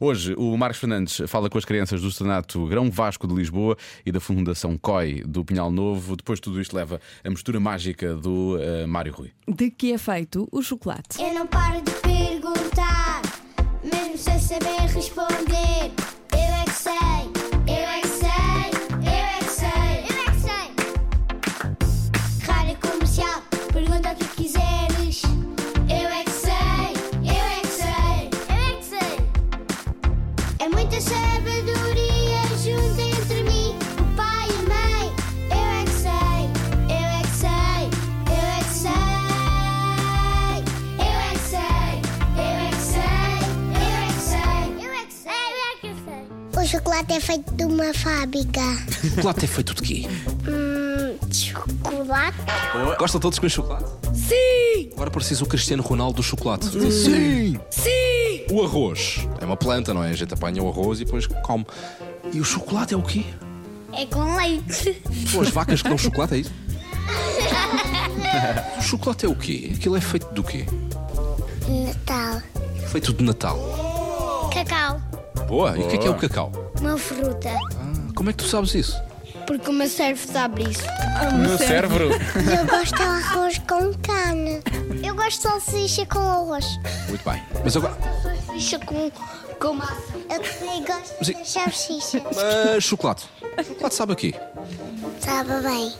Hoje, o Marcos Fernandes fala com as crianças do Senato Grão Vasco de Lisboa e da Fundação COI do Pinhal Novo. Depois, tudo isto leva à mistura mágica do eh, Mário Rui. De que é feito o chocolate? Eu não paro de perguntar, mesmo sem saber responder. Eu é que sei, eu é que sei, eu é que sei, eu é que sei. Rádio comercial, pergunta o que quiseres. Eu é que sei, eu é que sei, eu é que sei. É muita sabedoria junta entre mim, o pai e a mãe. Eu é que sei, eu é que sei, eu é que sei. Eu é que sei, eu é que sei, eu é que sei. Eu é que sei, eu é que sei. O chocolate é feito de uma fábrica. Chocolate é feito de quê? Hum, chocolate? Gostam todos de comer chocolate? Sim! Agora pareces o Cristiano Ronaldo do chocolate. Sim! Sim! O arroz é uma planta, não é? A gente apanha o arroz e depois come. E o chocolate é o quê? É com leite. Pô, as vacas que dão chocolate, é isso? o chocolate é o quê? Aquilo é feito do quê? Natal. Feito de Natal. Cacau. Boa! E o que é que é o cacau? Uma fruta. Ah, como é que tu sabes isso? Porque o meu servo sabe isso. Meu cérebro! Eu gosto de arroz com carne. Eu gosto de salsicha com arroz. Muito bem. Mas agora. Salsicha com, com massa. Eu também gosto Sim. de salsicha. Mas chocolate. Chocolate sabe aqui. Sabe bem.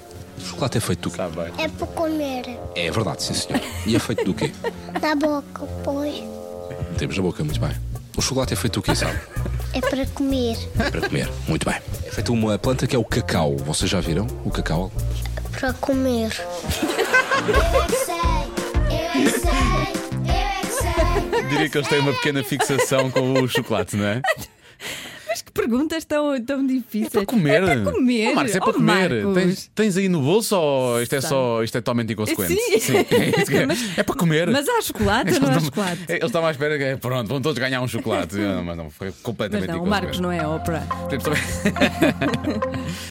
Chocolate é feito do quê? Está Ah, bem. É para comer. É verdade, sim senhor. E é feito do quê? Na boca, pois. Temos na boca, muito bem. O chocolate é feito do quê, sabe? É para comer. É para comer. Muito bem. É feito uma planta que é o cacau. Vocês já viram o cacau? Para comer. Eu é que sei. Eu é que sei. Eu é que sei. Diria que eles têm uma pequena fixação com o chocolate, não é? Mas que perguntas tão, tão difíceis. Para comer. É para comer. Oh, Marcos, é para Oh, comer. Marcos. Tens, tens aí no bolso ou isto é Sei. só isto é totalmente inconsequente? Sim. é, isso que é. Mas- É para comer. É Mas há chocolate ou não há chocolate? Eles estavam à espera que pronto, vão todos ganhar um chocolate. Não, Mas não, foi Mas completamente não, o inconsequente. Marcos não é ópera. Portanto, também-